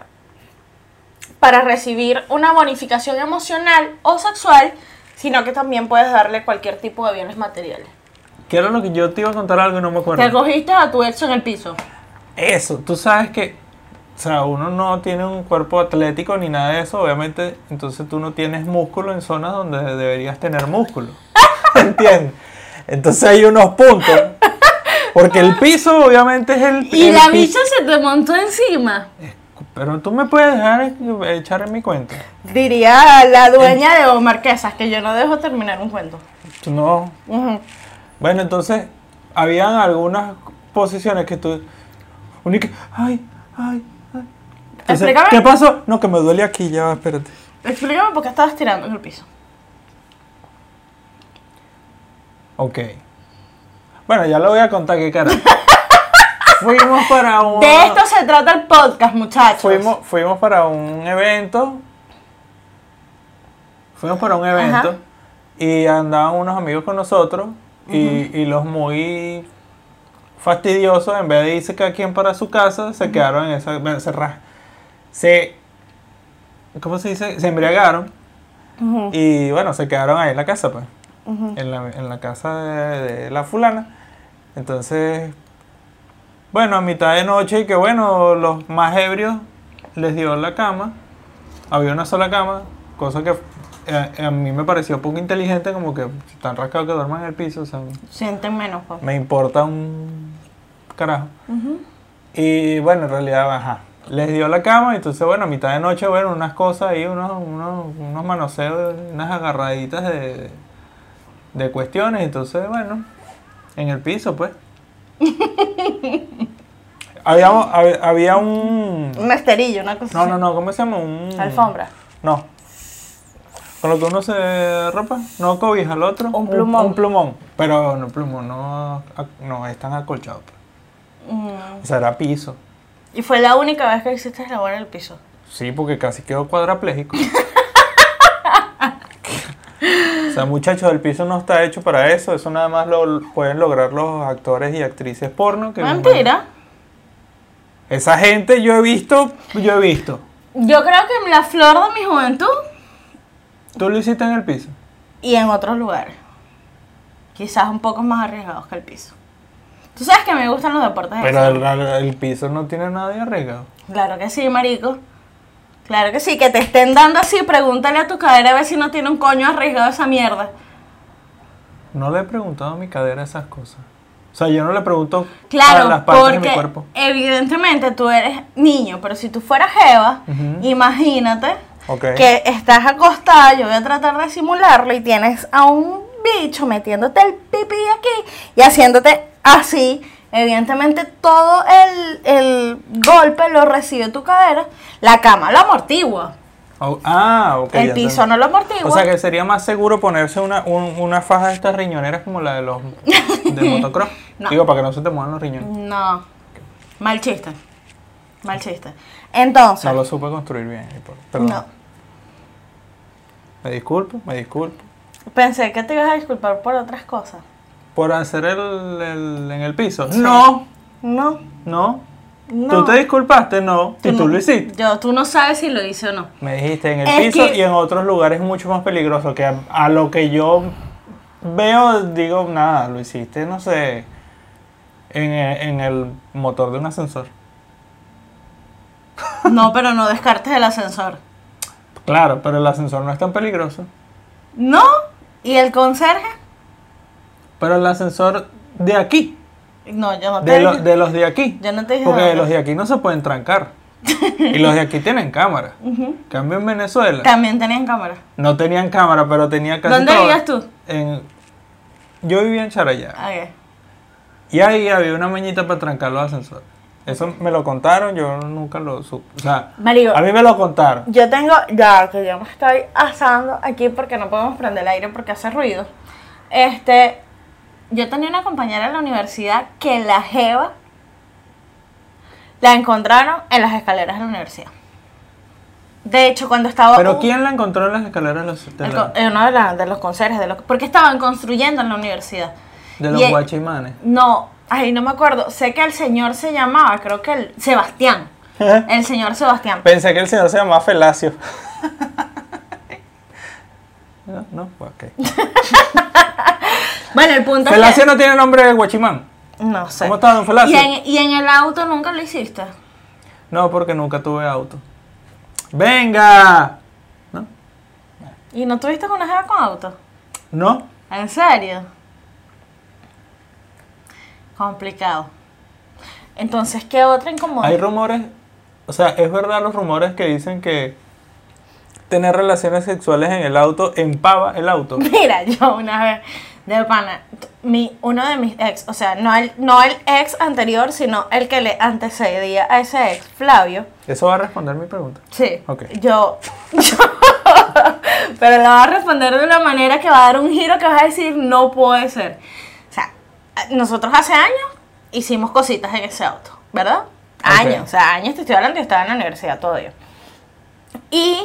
S1: para recibir una bonificación emocional o sexual, sino que también puedes darle cualquier tipo de bienes materiales.
S2: ¿Qué era lo que yo te iba a contar algo y no me acuerdo?
S1: Te cogiste a tu ex en el piso.
S2: Eso, tú sabes que, o sea, uno no tiene un cuerpo atlético ni nada de eso, obviamente, entonces tú no tienes músculo en zonas donde deberías tener músculo. ¿Entiendes? Entonces hay unos puntos. Porque el piso, obviamente, es el.
S1: Y
S2: el
S1: la
S2: pi-
S1: bicha se te montó encima.
S2: Pero tú me puedes dejar echar en mi cuenta.
S1: Diría la dueña de O Marquesas, que yo no dejo terminar un cuento.
S2: Tú no.
S1: Ujú.
S2: Bueno, entonces, habían algunas posiciones que tú. única- Ay, ay, ay. Entonces,
S1: Explícame.
S2: ¿Qué pasó? No, que me duele aquí, ya, va, espérate.
S1: Explícame por qué estabas tirando en el piso.
S2: Ok. Bueno, ya lo voy a contar qué cara. fuimos para un.
S1: De esto se trata el podcast, muchachos.
S2: fuimos, fuimos para un evento. Fuimos para un evento.
S1: Ajá.
S2: Y andaban unos amigos con nosotros. Y, y los muy fastidiosos, en vez de irse cada quien para su casa, se quedaron en esa. bueno, se, ra- se. ¿Cómo se dice? Se embriagaron.
S1: Ujú.
S2: Y bueno, se quedaron ahí en la casa, pues. en, la, en la casa de, de la fulana. Entonces, bueno, a mitad de noche, que bueno, los más ebrios les dio la cama. Había una sola cama, cosa que eh, a mí me pareció poco inteligente, como que están rascados que duerman en el piso, o sea,
S1: Sienten menos, pues.
S2: me importa un carajo. Y bueno, en realidad, ajá. Les dio la cama, y entonces, bueno, a mitad de noche, bueno, unas cosas ahí, unos, unos, unos manoseos, unas agarraditas de, de cuestiones, entonces, bueno, en el piso, pues. Habíamos- hab- había, un.
S1: Un esterillo, una cosa
S2: Mm. No, no, no, ¿cómo se llama? Un.
S1: así. Alfombra.
S2: No. Con lo que uno se ropa, no cobija al otro.
S1: Un plumón.
S2: Un, plumón. Pero no, plumón no, no es tan acolchado. pues.
S1: Mm.
S2: O sea, era piso.
S1: Y fue la única vez que hiciste labor en el piso.
S2: Sí, porque casi quedó cuadrapléjico. o sea, muchachos, el piso no está hecho para eso. Eso nada más lo pueden lograr los actores y actrices porno. Que
S1: Mentira.
S2: Esa gente yo he visto, yo he visto.
S1: Yo creo que en la flor de mi juventud
S2: Tú lo hiciste en el piso.
S1: y en otros lugares. Quizás un poco más arriesgados que el piso. Tú sabes que me Ah, gustan los deportes. de
S2: Pero
S1: acción.
S2: el, el piso no tiene nada de arriesgado.
S1: Claro que sí, marico. Claro que sí, que te estén dando así, pregúntale a tu cadera a ver si no tiene un coño arriesgado esa mierda.
S2: No le he preguntado a mi cadera esas cosas. O sea, yo no le pregunto
S1: Claro,
S2: a las partes
S1: porque
S2: de mi cuerpo.
S1: evidentemente tú eres niño, pero si tú fueras Jeva,
S2: Ujú.
S1: imagínate
S2: Ok.
S1: que estás acostada, yo voy a tratar de simularlo y tienes a un bicho metiéndote el pipí aquí y haciéndote así. Evidentemente todo el, el golpe lo recibe tu cadera, la cama lo amortigua,
S2: Oh, ah, ok.
S1: el
S2: ya
S1: piso
S2: entendí.
S1: no lo amortigua.
S2: O sea, que sería más seguro ponerse una, un- una faja de estas riñoneras como la de los de motocross.
S1: No.
S2: Digo, para que no se te muevan los riñones.
S1: No, mal chiste, mal chiste. Entonces,
S2: No lo supe construir bien. Perdón.
S1: No.
S2: Me disculpo, me disculpo.
S1: pensé que te ibas a disculpar por otras cosas.
S2: ¿Por hacer el, el- en el piso?
S1: Sí.
S2: No,
S1: No,
S2: no.
S1: no.
S2: ¿Tú te disculpaste? No. ¿Y tú
S1: no-
S2: lo hiciste?
S1: Yo, tú no sabes si lo hice o no.
S2: Me dijiste en el
S1: Es
S2: piso
S1: que-
S2: y en otros lugares mucho más peligroso que a, a lo que yo veo, digo, nada, lo hiciste, no sé, en, e- en el motor de un ascensor.
S1: No, pero no descartes el ascensor.
S2: Claro, pero el ascensor no es tan peligroso.
S1: No, ¿y el conserje?
S2: Pero el ascensor de aquí,
S1: No, yo no te
S2: de, lo-
S1: dije-
S2: de los de aquí,
S1: Yo no te dije
S2: porque
S1: nada.
S2: los de aquí no se pueden trancar. y los de aquí tienen cámara.
S1: Ujú.
S2: Cambio en Venezuela.
S1: También tenían cámara.
S2: No tenían cámara, pero tenía casi
S1: ¿Dónde
S2: todo.
S1: vivías tú?
S2: En- Yo vivía en Charallá.
S1: Ok.
S2: Y ahí había una mañita para trancar los ascensores. Eso me lo contaron, yo nunca lo supe. O sea,
S1: Marico,
S2: a mí me lo contaron.
S1: yo tengo... Ya, que yo me estoy asando aquí porque no podemos prender el aire porque hace ruido. Este, yo tenía una compañera en la universidad que la jeva la encontraron en las escaleras de la universidad. De hecho, cuando estaba...
S2: Pero
S1: un-
S2: ¿quién la encontró en las escaleras de los, de
S1: el
S2: la-
S1: co- eh, uno de, la- de los conserjes, de los, porque estaban construyendo en la universidad.
S2: de los
S1: Y el-
S2: guachimanes?
S1: No, ay, no me acuerdo. Sé que el señor se llamaba, creo que el Sebastián. El señor Sebastián.
S2: Pensé que el señor se llamaba Felacio. no, no, ok.
S1: Bueno, el punto es
S2: Felacio
S1: que...
S2: no tiene nombre de guachimán.
S1: No sé.
S2: ¿Cómo estás, don Felacio?
S1: ¿Y en, y en el auto nunca lo hiciste.
S2: No, porque nunca tuve auto. ¡Venga! ¿No?
S1: ¿Y no tuviste una jeva con auto?
S2: ¿No?
S1: ¿En serio? Complicado. Entonces, ¿qué otra
S2: Hay
S1: incomodidad?
S2: rumores, o sea, es verdad los rumores que dicen que tener relaciones sexuales en el auto empava el auto.
S1: Mira, yo una vez de pana, t- mi, uno de mis ex, o sea, no el, no el ex anterior, sino el que le antecedía a ese ex, Flavio.
S2: Eso va a responder mi pregunta.
S1: Sí.
S2: Ok.
S1: Yo, yo- Pero la vas a responder de una manera que va a dar un giro que vas a decir, no puede ser. O sea, nosotros hace años hicimos cositas en ese auto, ¿verdad? Años,
S2: Ok.
S1: o sea, años te estoy hablando que estaba en la universidad todavía. Y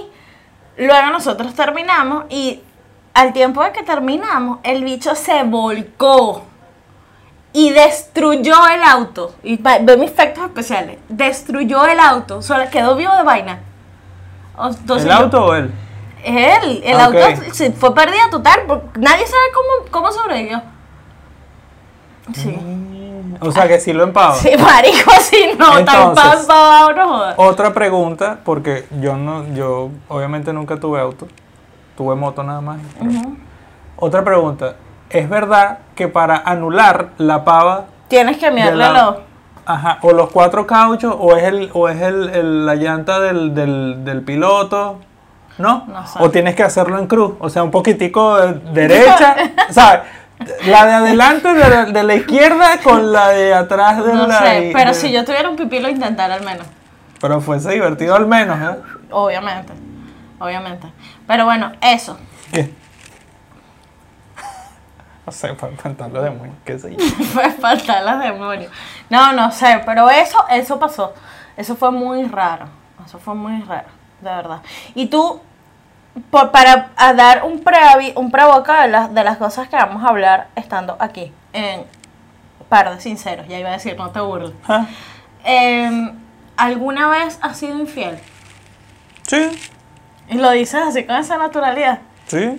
S1: luego nosotros terminamos y al tiempo de que terminamos, el bicho se volcó y destruyó el auto. Y va- ve mis efectos especiales. Destruyó el auto. Solo quedó vivo de vaina. O- entonces
S2: ¿El
S1: yo-
S2: auto o él?
S1: Él. El
S2: Ah, ok.
S1: auto se fue pérdida total. porque Nadie sabe cómo, cómo sobrevivió. Sí.
S2: O sea, que sí lo empava.
S1: Sí, marico, si no, tal
S2: Entonces-
S1: paz va no jodas.
S2: Otra pregunta, porque yo no, yo obviamente nunca tuve auto, tuve moto nada más. pero- Otra pregunta, ¿es verdad que para anular la pava
S1: Tienes que
S2: de
S1: mirarle
S2: la-
S1: los.
S2: Ajá, o los cuatro cauchos, o es el, o es el, el- la llanta del, del, del piloto, ¿no?
S1: No sé.
S2: O tienes que hacerlo en cruz, o sea, un poquitico de- derecha, ¿sabes? La de adelante de la, de la izquierda con la de atrás de
S1: No
S2: la...
S1: sé,
S2: y-
S1: pero
S2: de-
S1: si yo tuviera un pipí lo intentara al menos.
S2: Pero fuese divertido al menos, ¿eh?
S1: Obviamente. Obviamente. Pero bueno, eso.
S2: ¿Qué? No sé, para espantarlo de muy, qué sé yo.
S1: Fue faltar los demonios. No, no sé, pero eso, eso pasó. Eso fue muy raro. Eso fue muy raro, de verdad. Y tú, por- para a dar un preavi, un prevoca de las, de las cosas que vamos a hablar estando aquí, en par de sinceros, ya iba a decir, no te burles.
S2: Ah,
S1: Em, ¿Alguna vez has sido infiel?
S2: Sí,
S1: Y lo dices así con esa naturalidad.
S2: sí,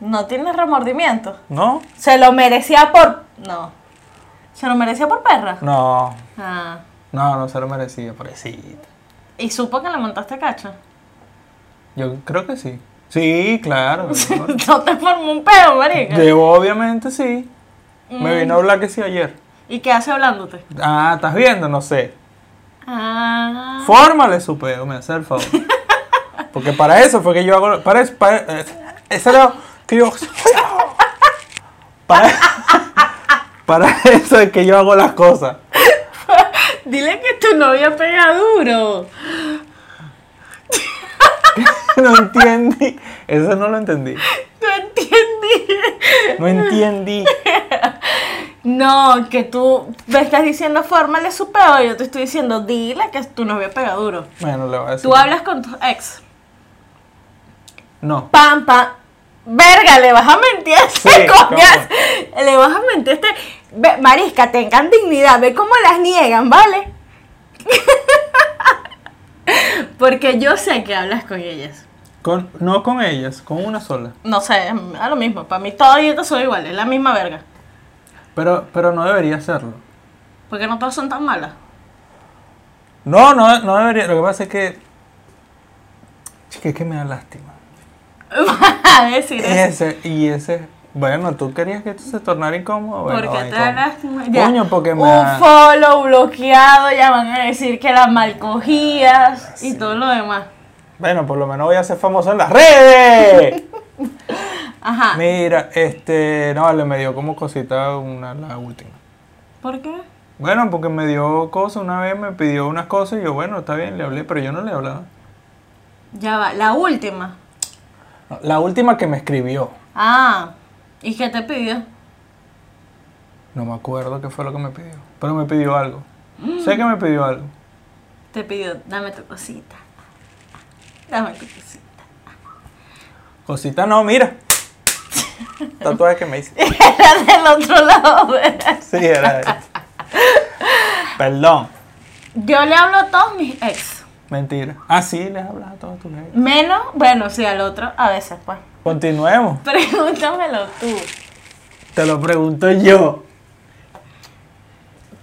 S1: No tienes remordimiento.
S2: no,
S1: Se lo merecía por. No. Se lo merecía por perra.
S2: no,
S1: Ah.
S2: no, no se lo merecía, pobrecito.
S1: ¿Y supo que le montaste cacho?
S2: Yo creo que sí. Sí, claro. ¿no?
S1: No te formó un pedo, marica.
S2: Debo, obviamente sí. Me vino a hablar que sí ayer.
S1: ¿Y qué hace hablándote?
S2: Ah, ¿estás viendo? No sé.
S1: Ah.
S2: Fórmale su peo, me hace el favor. Porque para eso fue que yo hago. Para eso. Para, eh, esa era- que yo- para, para eso es que yo hago las cosas.
S1: Dile que tu novia pega duro.
S2: No entendí. Eso no lo entendí.
S1: No entendí.
S2: No entendí.
S1: No, que tú me estás diciendo fórmale su pedo. Yo te estoy diciendo, dile que tu novia pega duro.
S2: Bueno, le voy a decir.
S1: Tú hablas con tu ex.
S2: No.
S1: Pam, pam. Verga, le vas a mentir a este
S2: Sí,
S1: coñas. Le vas a mentir a este. Ve, Marisca, tengan dignidad. Ve cómo las niegan, ¿vale? Porque yo sé que hablas con ellas.
S2: Con, no con ellas, con una sola.
S1: No sé, a lo mismo. Para mí todas y estas son iguales, la misma verga.
S2: Pero, pero no debería hacerlo.
S1: Porque no todas son tan malas.
S2: No, no, no debería. Lo que pasa es que. Chica, es que me da lástima.
S1: Vas a decir eso.
S2: Ese, y ese. Bueno, tú querías que esto se tornara incómodo. Bueno,
S1: Porque te
S2: incómodo.
S1: da lástima. Ya.
S2: Coño, porque me.
S1: Un
S2: da-
S1: follow bloqueado, ya van a decir que las mal cogías y todo lo demás.
S2: Bueno, por lo menos voy a ser famoso en las redes.
S1: Ajá.
S2: Mira, este. No, le me dio como cosita una, la última.
S1: ¿Por qué?
S2: Bueno, porque me dio cosas una vez, me pidió unas cosas y yo, bueno, está bien, le hablé, pero yo no le hablaba.
S1: Ya va, la última.
S2: No, La última que me escribió,
S1: Ah, ¿y qué te pidió?
S2: no me acuerdo qué fue lo que me pidió, pero me pidió algo.
S1: Mm.
S2: Sé que me pidió algo.
S1: Te pidió, dame tu cosita. Dame tu cosita.
S2: Cosita no, mira. Tatuaje que me hice.
S1: Era del otro lado, ¿verdad?
S2: Sí, era eso. Perdón.
S1: Yo le hablo a todos mis ex.
S2: Mentira. Ah, sí, les hablas a todos tus negros.
S1: Menos, bueno, sí, al otro, a veces, pues.
S2: Continuemos.
S1: Pregúntamelo tú.
S2: Te lo pregunto yo.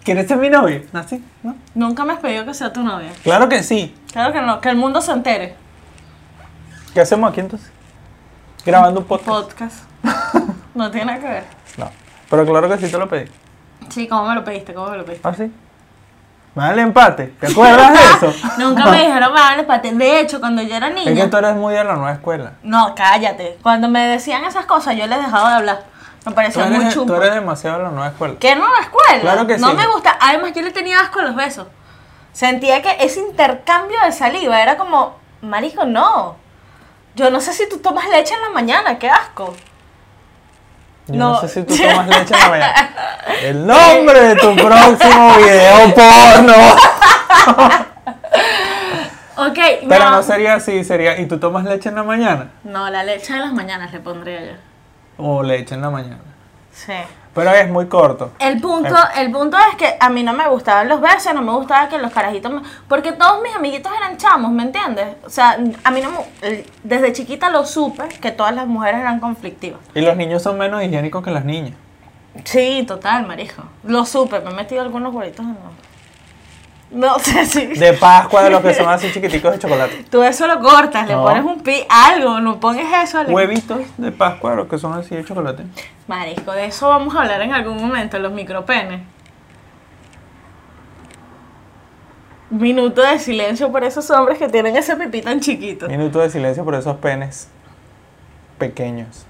S2: ¿Quieres ser mi novio? ¿Así? ¿No?
S1: Nunca me has pedido que sea tu novia.
S2: Claro que sí.
S1: Claro que no, que el mundo se entere.
S2: ¿Qué hacemos aquí entonces? Grabando un podcast.
S1: Podcast. No tiene nada que ver.
S2: No. Pero claro que sí te lo pedí.
S1: Sí, ¿cómo me lo pediste? ¿Cómo me lo pediste?
S2: ¿Ah, sí? Me da el empate. ¿Te acuerdas de eso?
S1: Nunca me dijeron, "Ah, vale, pate. De hecho, cuando yo era niña.
S2: es que tú eres muy de la nueva escuela.
S1: No, cállate. Cuando me decían esas cosas, yo les dejaba de hablar. Me
S2: Tú
S1: parecía muy
S2: eres, tú
S1: chumbo.
S2: eres demasiado de la nueva escuela.
S1: Que no la escuela.
S2: Claro que
S1: no
S2: sí.
S1: me gusta. Además, yo le tenía asco a los besos. Sentía que ese intercambio de saliva era como, marico, no. Yo no sé si tú tomas leche en la mañana, qué asco.
S2: Yo no.
S1: No.
S2: sé si tú tomas leche en la mañana. El nombre de tu próximo video porno.
S1: Ok,
S2: Pero no sería así, sería. ¿Y tú tomas leche en la mañana?
S1: No, la leche de las mañanas le pondría yo.
S2: O leche en la mañana.
S1: Sí.
S2: Pero es muy corto.
S1: El punto,
S2: Eh.
S1: el punto es que a mí no me gustaban los besos, no me gustaba que los carajitos me- Porque todos mis amiguitos eran chamos, ¿me entiendes? O sea, a mí no me- el- Desde chiquita lo supe que todas las mujeres eran conflictivas.
S2: Y los niños son menos higiénicos que las niñas.
S1: Sí, total, marijo. Lo supe, me he metido algunos huevitos en los- No sé si...
S2: De Pascua, de los que son así chiquiticos de chocolate.
S1: Tú eso lo cortas, le
S2: No.
S1: pones un pi... Algo, no pones eso... le-
S2: Huevitos de Pascua, los que son así de chocolate.
S1: Marico, de eso vamos a hablar en algún momento, los micropenes. Minuto de silencio por esos hombres que tienen ese pipí tan chiquito.
S2: Minuto de silencio por esos penes pequeños.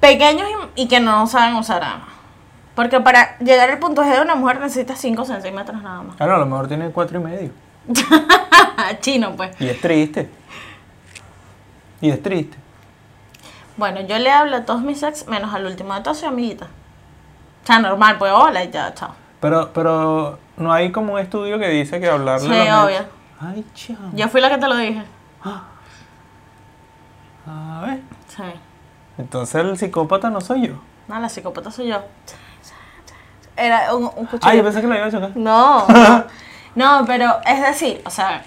S1: Pequeños y, y que no saben usar armas. Porque para llegar al punto G de una mujer necesita 5 centímetros nada más.
S2: Claro, a lo mejor tiene cuatro y medio.
S1: Chino, pues.
S2: Y es triste. Y es triste.
S1: Bueno, yo le hablo a todos mis ex, menos al último de todas sus amiguitas. O sea, normal, pues hola y ya, chao.
S2: Pero, pero no hay como un estudio que dice que hablarle.
S1: Sí,
S2: a los
S1: obvio.
S2: niños- Ay, chao.
S1: Yo fui la que te lo dije.
S2: A ver.
S1: Sí.
S2: Entonces el psicópata no soy yo.
S1: No, la psicópata soy yo. Era un, un cuchillo.
S2: Ay, yo pensé que lo iba a chocar.
S1: No, no, no, pero es decir, o sea,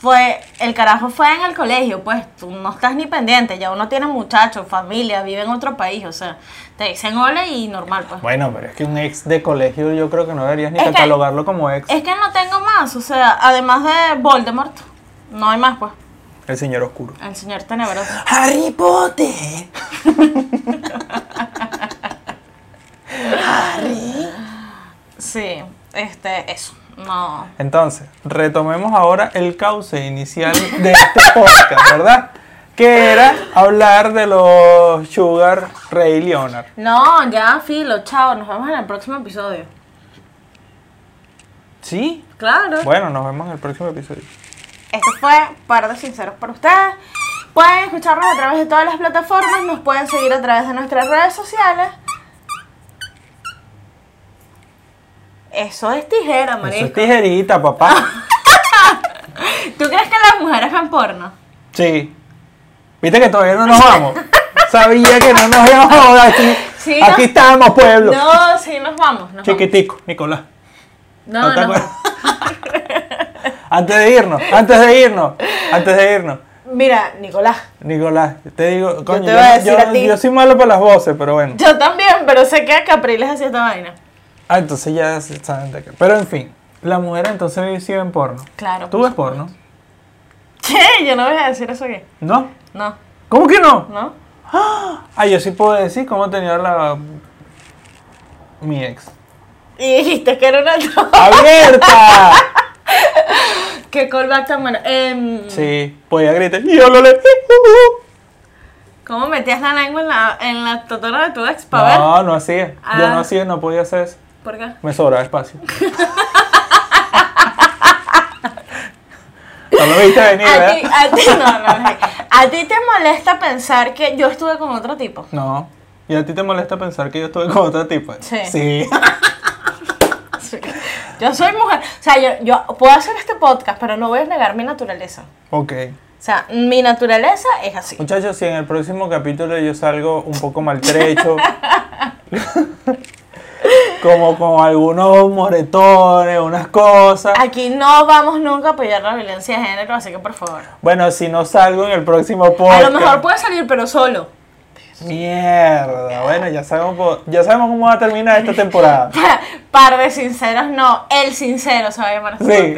S1: fue, el carajo fue en el colegio, pues tú no estás ni pendiente, ya uno tiene muchachos, familia, vive en otro país, o sea, te dicen hola y normal, pues.
S2: Bueno, pero es que un ex de colegio yo creo que no deberías ni
S1: Es que-
S2: catalogarlo como ex.
S1: Es que no tengo más, o sea, además de Voldemort, no hay más, pues.
S2: El señor oscuro.
S1: El señor tenebroso.
S2: Harry Potter.
S1: Sí, este, eso. No.
S2: Entonces, retomemos ahora el cauce inicial de este podcast, ¿verdad? Que era hablar de los Sugar Ray Leonard.
S1: No, ya, filo, chao. Nos vemos en el próximo episodio.
S2: ¿Sí?
S1: Claro.
S2: Bueno, nos vemos en el próximo episodio.
S1: Esto fue Par de Sinceros para ustedes. Pueden escucharnos a través de todas las plataformas, nos pueden seguir a través de nuestras redes sociales. Eso es tijera,
S2: Eso es
S1: marico. Ah.
S2: tijerita, papá.
S1: ¿Tú crees que las mujeres ven porno?
S2: Sí. ¿Viste que todavía no nos vamos? Sabía que no nos íbamos a joder aquí.
S1: Sí,
S2: aquí
S1: no.
S2: estamos, pueblo.
S1: No, sí, nos vamos. Nos vamos.
S2: Chiquitico, Nicolás.
S1: No,
S2: te
S1: no.
S2: acuerdas? antes de irnos, antes de irnos, antes de irnos.
S1: Mira, Nicolás.
S2: Nicolás, te digo, coño,
S1: te voy a
S2: no-
S1: decir a ti.
S2: yo soy malo para las voces, pero bueno.
S1: Yo también, pero sé que a Capriles hacía esta vaina.
S2: Ah, entonces ya se saben de qué. Pero en fin, la mujer entonces sí ven porno.
S1: Claro,
S2: ¿Tú
S1: por
S2: ves porno?
S1: ¿Qué? Yo no voy a decir eso aquí.
S2: ¿No?
S1: No,
S2: ¿Cómo que no?
S1: no.
S2: Ah, yo sí puedo decir cómo tenía la... mi ex.
S1: Y dijiste que era una
S2: ¡Abierta!
S1: Qué callback tan bueno. Em,
S2: Sí, podía gritar. Y yo lo le...
S1: ¿Cómo metías la lengua en la, en la totona de tu ex para ver?
S2: No, no hacía. Yo
S1: Ah.
S2: no hacía, no podía hacer eso.
S1: ¿Por qué?
S2: Me sobraba espacio. no lo viste venir,
S1: A ti,
S2: ¿verdad?
S1: a ti, no, no, no. A ti te molesta pensar que yo estuve con otro tipo.
S2: No. ¿Y a ti te molesta pensar que yo estuve con otra tipa?
S1: Sí.
S2: Sí.
S1: Yo soy mujer. O sea, yo, yo puedo hacer este podcast, pero no voy a negar mi naturaleza.
S2: ok.
S1: O sea, mi naturaleza es así.
S2: Muchachos, si en el próximo capítulo yo salgo un poco maltrecho, como con algunos moretones, unas cosas.
S1: Aquí no vamos nunca a apoyar la violencia de género, así que por favor.
S2: Bueno, si no salgo en el próximo
S1: A
S2: podcast.
S1: lo mejor pues- puede salir, pero solo.
S2: Mierda. Bueno, ya sabemos, po- ya sabemos cómo va a terminar esta temporada.
S1: Par de sinceros, no. El sincero se va a llamar así.
S2: Sí.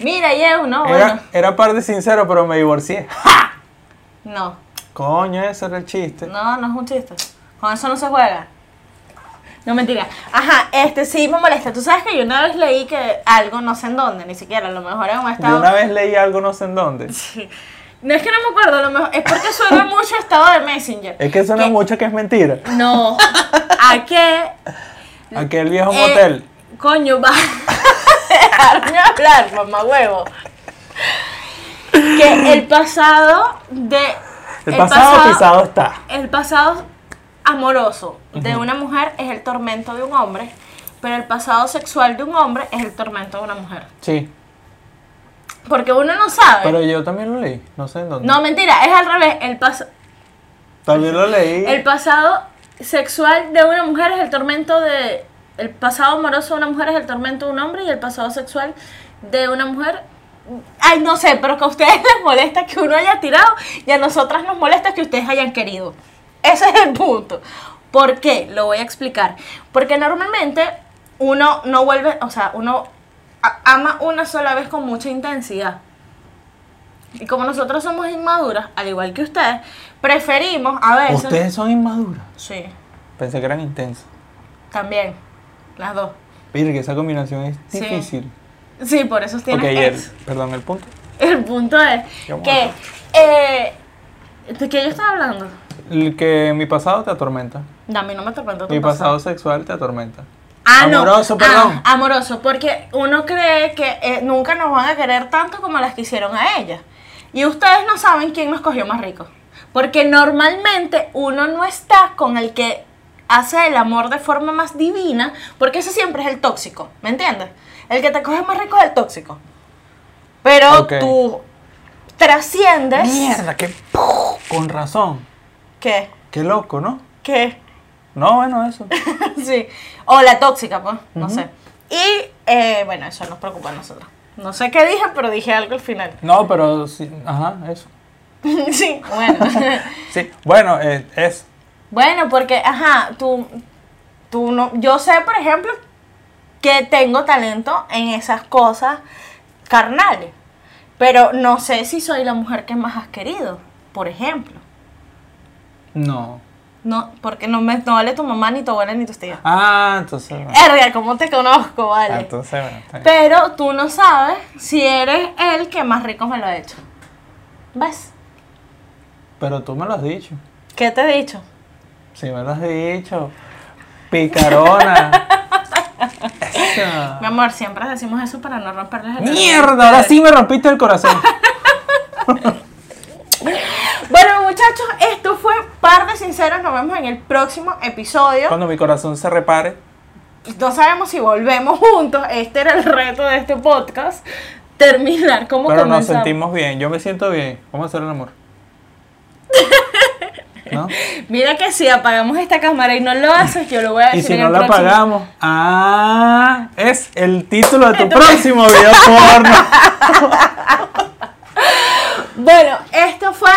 S1: Mira, Yeu, no, bueno.
S2: Era, era par de sincero, pero me divorcié.
S1: No,
S2: Coño, ese era el chiste.
S1: no, no es un chiste. Con eso no se juega. No mentira. Ajá, este sí me molesta. Tú sabes que yo una vez leí que algo, no sé en dónde, ni siquiera, a lo mejor en un
S2: Yo
S1: estado.
S2: una vez leí algo no sé en dónde.
S1: No es que no me acuerdo, a lo mejor es porque suena mucho estado de Messenger.
S2: Es que suena
S1: ¿Qué?
S2: mucho que es mentira.
S1: No. ¿A qué?
S2: Aquel viejo
S1: Eh,
S2: motel.
S1: Coño, va. Dejarme hablar, mamá huevo. Que el pasado de.
S2: El pasado pisado está.
S1: El pasado amoroso de una mujer es el tormento de un hombre, pero el pasado sexual de un hombre es el tormento de una mujer.
S2: Sí.
S1: Porque uno no sabe.
S2: Pero yo también lo leí. No sé en dónde.
S1: no, mentira, es al revés. El, pas-
S2: También lo leí.
S1: el pasado sexual de una mujer es el tormento de. El pasado amoroso de una mujer es el tormento de un hombre y el pasado sexual de una mujer. Ay, no sé, pero que a ustedes les molesta que uno haya tirado y a nosotras nos molesta que ustedes hayan querido. Ese es el punto. ¿Por qué? Lo voy a explicar. Porque normalmente uno no vuelve, o sea, uno a- ama una sola vez con mucha intensidad. Y como nosotros somos inmaduras, al igual que ustedes, preferimos a veces...
S2: Ustedes son inmaduras.
S1: Sí,
S2: Pensé que eran intensas.
S1: también. Las dos.
S2: que esa combinación es
S1: Sí.
S2: difícil.
S1: Sí, por eso
S2: Ok,
S1: tienes
S2: el,
S1: ex.
S2: perdón, el punto.
S1: El punto es
S2: Qué bueno.
S1: que... eh, ¿De qué yo estaba hablando?
S2: El que mi pasado te atormenta.
S1: No, A mí no me tormento tu
S2: Mi pasado sexual te atormenta.
S1: Ah, no.
S2: Amoroso,
S1: Ah,
S2: perdón.
S1: amoroso, porque uno cree que eh, nunca nos van a querer tanto como las que hicieron a ella. Y ustedes no saben quién nos cogió más rico. Porque normalmente uno no está con el que hace el amor de forma más divina, porque ese siempre es el tóxico, ¿me entiendes? El que te coge más rico es el tóxico. Pero
S2: Ok.
S1: tú trasciendes...
S2: Mierda, qué con razón.
S1: ¿Qué?
S2: Qué loco, ¿no?
S1: ¿Qué?
S2: No, bueno, eso.
S1: sí. O la tóxica, pues, no sé. Y eh, bueno, eso nos preocupa a nosotros. No sé qué dije, pero dije algo al final.
S2: No, pero sí, ajá, eso.
S1: sí, bueno.
S2: Sí, bueno, eh, es
S1: bueno, porque, ajá, tú, tú no. Yo sé, por ejemplo, que tengo talento en esas cosas carnales. Pero no sé si soy la mujer que más has querido, por ejemplo.
S2: No.
S1: No, porque no me no vale tu mamá, ni tu abuela, ni tus tíos.
S2: Ah, entonces. bueno.
S1: Erga, ¿cómo te conozco, vale?
S2: Ah, Entonces, bueno, está bien.
S1: Pero tú no sabes si eres el que más rico me lo ha hecho. ¿Ves?
S2: Pero tú me lo has dicho.
S1: ¿Qué te he dicho?
S2: Sí, me lo has dicho. Picarona. Esa.
S1: Mi amor, siempre decimos eso para no romperles el
S2: Mierda, ahora sí me rompiste el corazón.
S1: Bueno, muchachos, esto fue Par de Sinceros. Nos vemos en el próximo episodio.
S2: Cuando mi corazón se repare.
S1: No sabemos si volvemos juntos. Este era el reto de este podcast. Terminar como
S2: Pero nos
S1: comenzamos.
S2: sentimos bien, yo me siento bien. Vamos a hacer el amor. ¿No?
S1: Mira que si apagamos esta cámara y no lo haces, yo lo voy a
S2: Y
S1: decir
S2: si
S1: en
S2: no
S1: el
S2: la
S1: próximo.
S2: pagamos. Ah, es el título de tu próximo video porno.
S1: Bueno, esto fue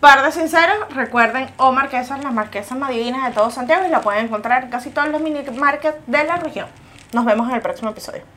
S1: Par de Sinceros. Recuerden, O Marquesas, las marquesas más divinas de todo Santiago. Y la pueden encontrar en casi todos los mini markets de la región. Nos vemos en el próximo episodio.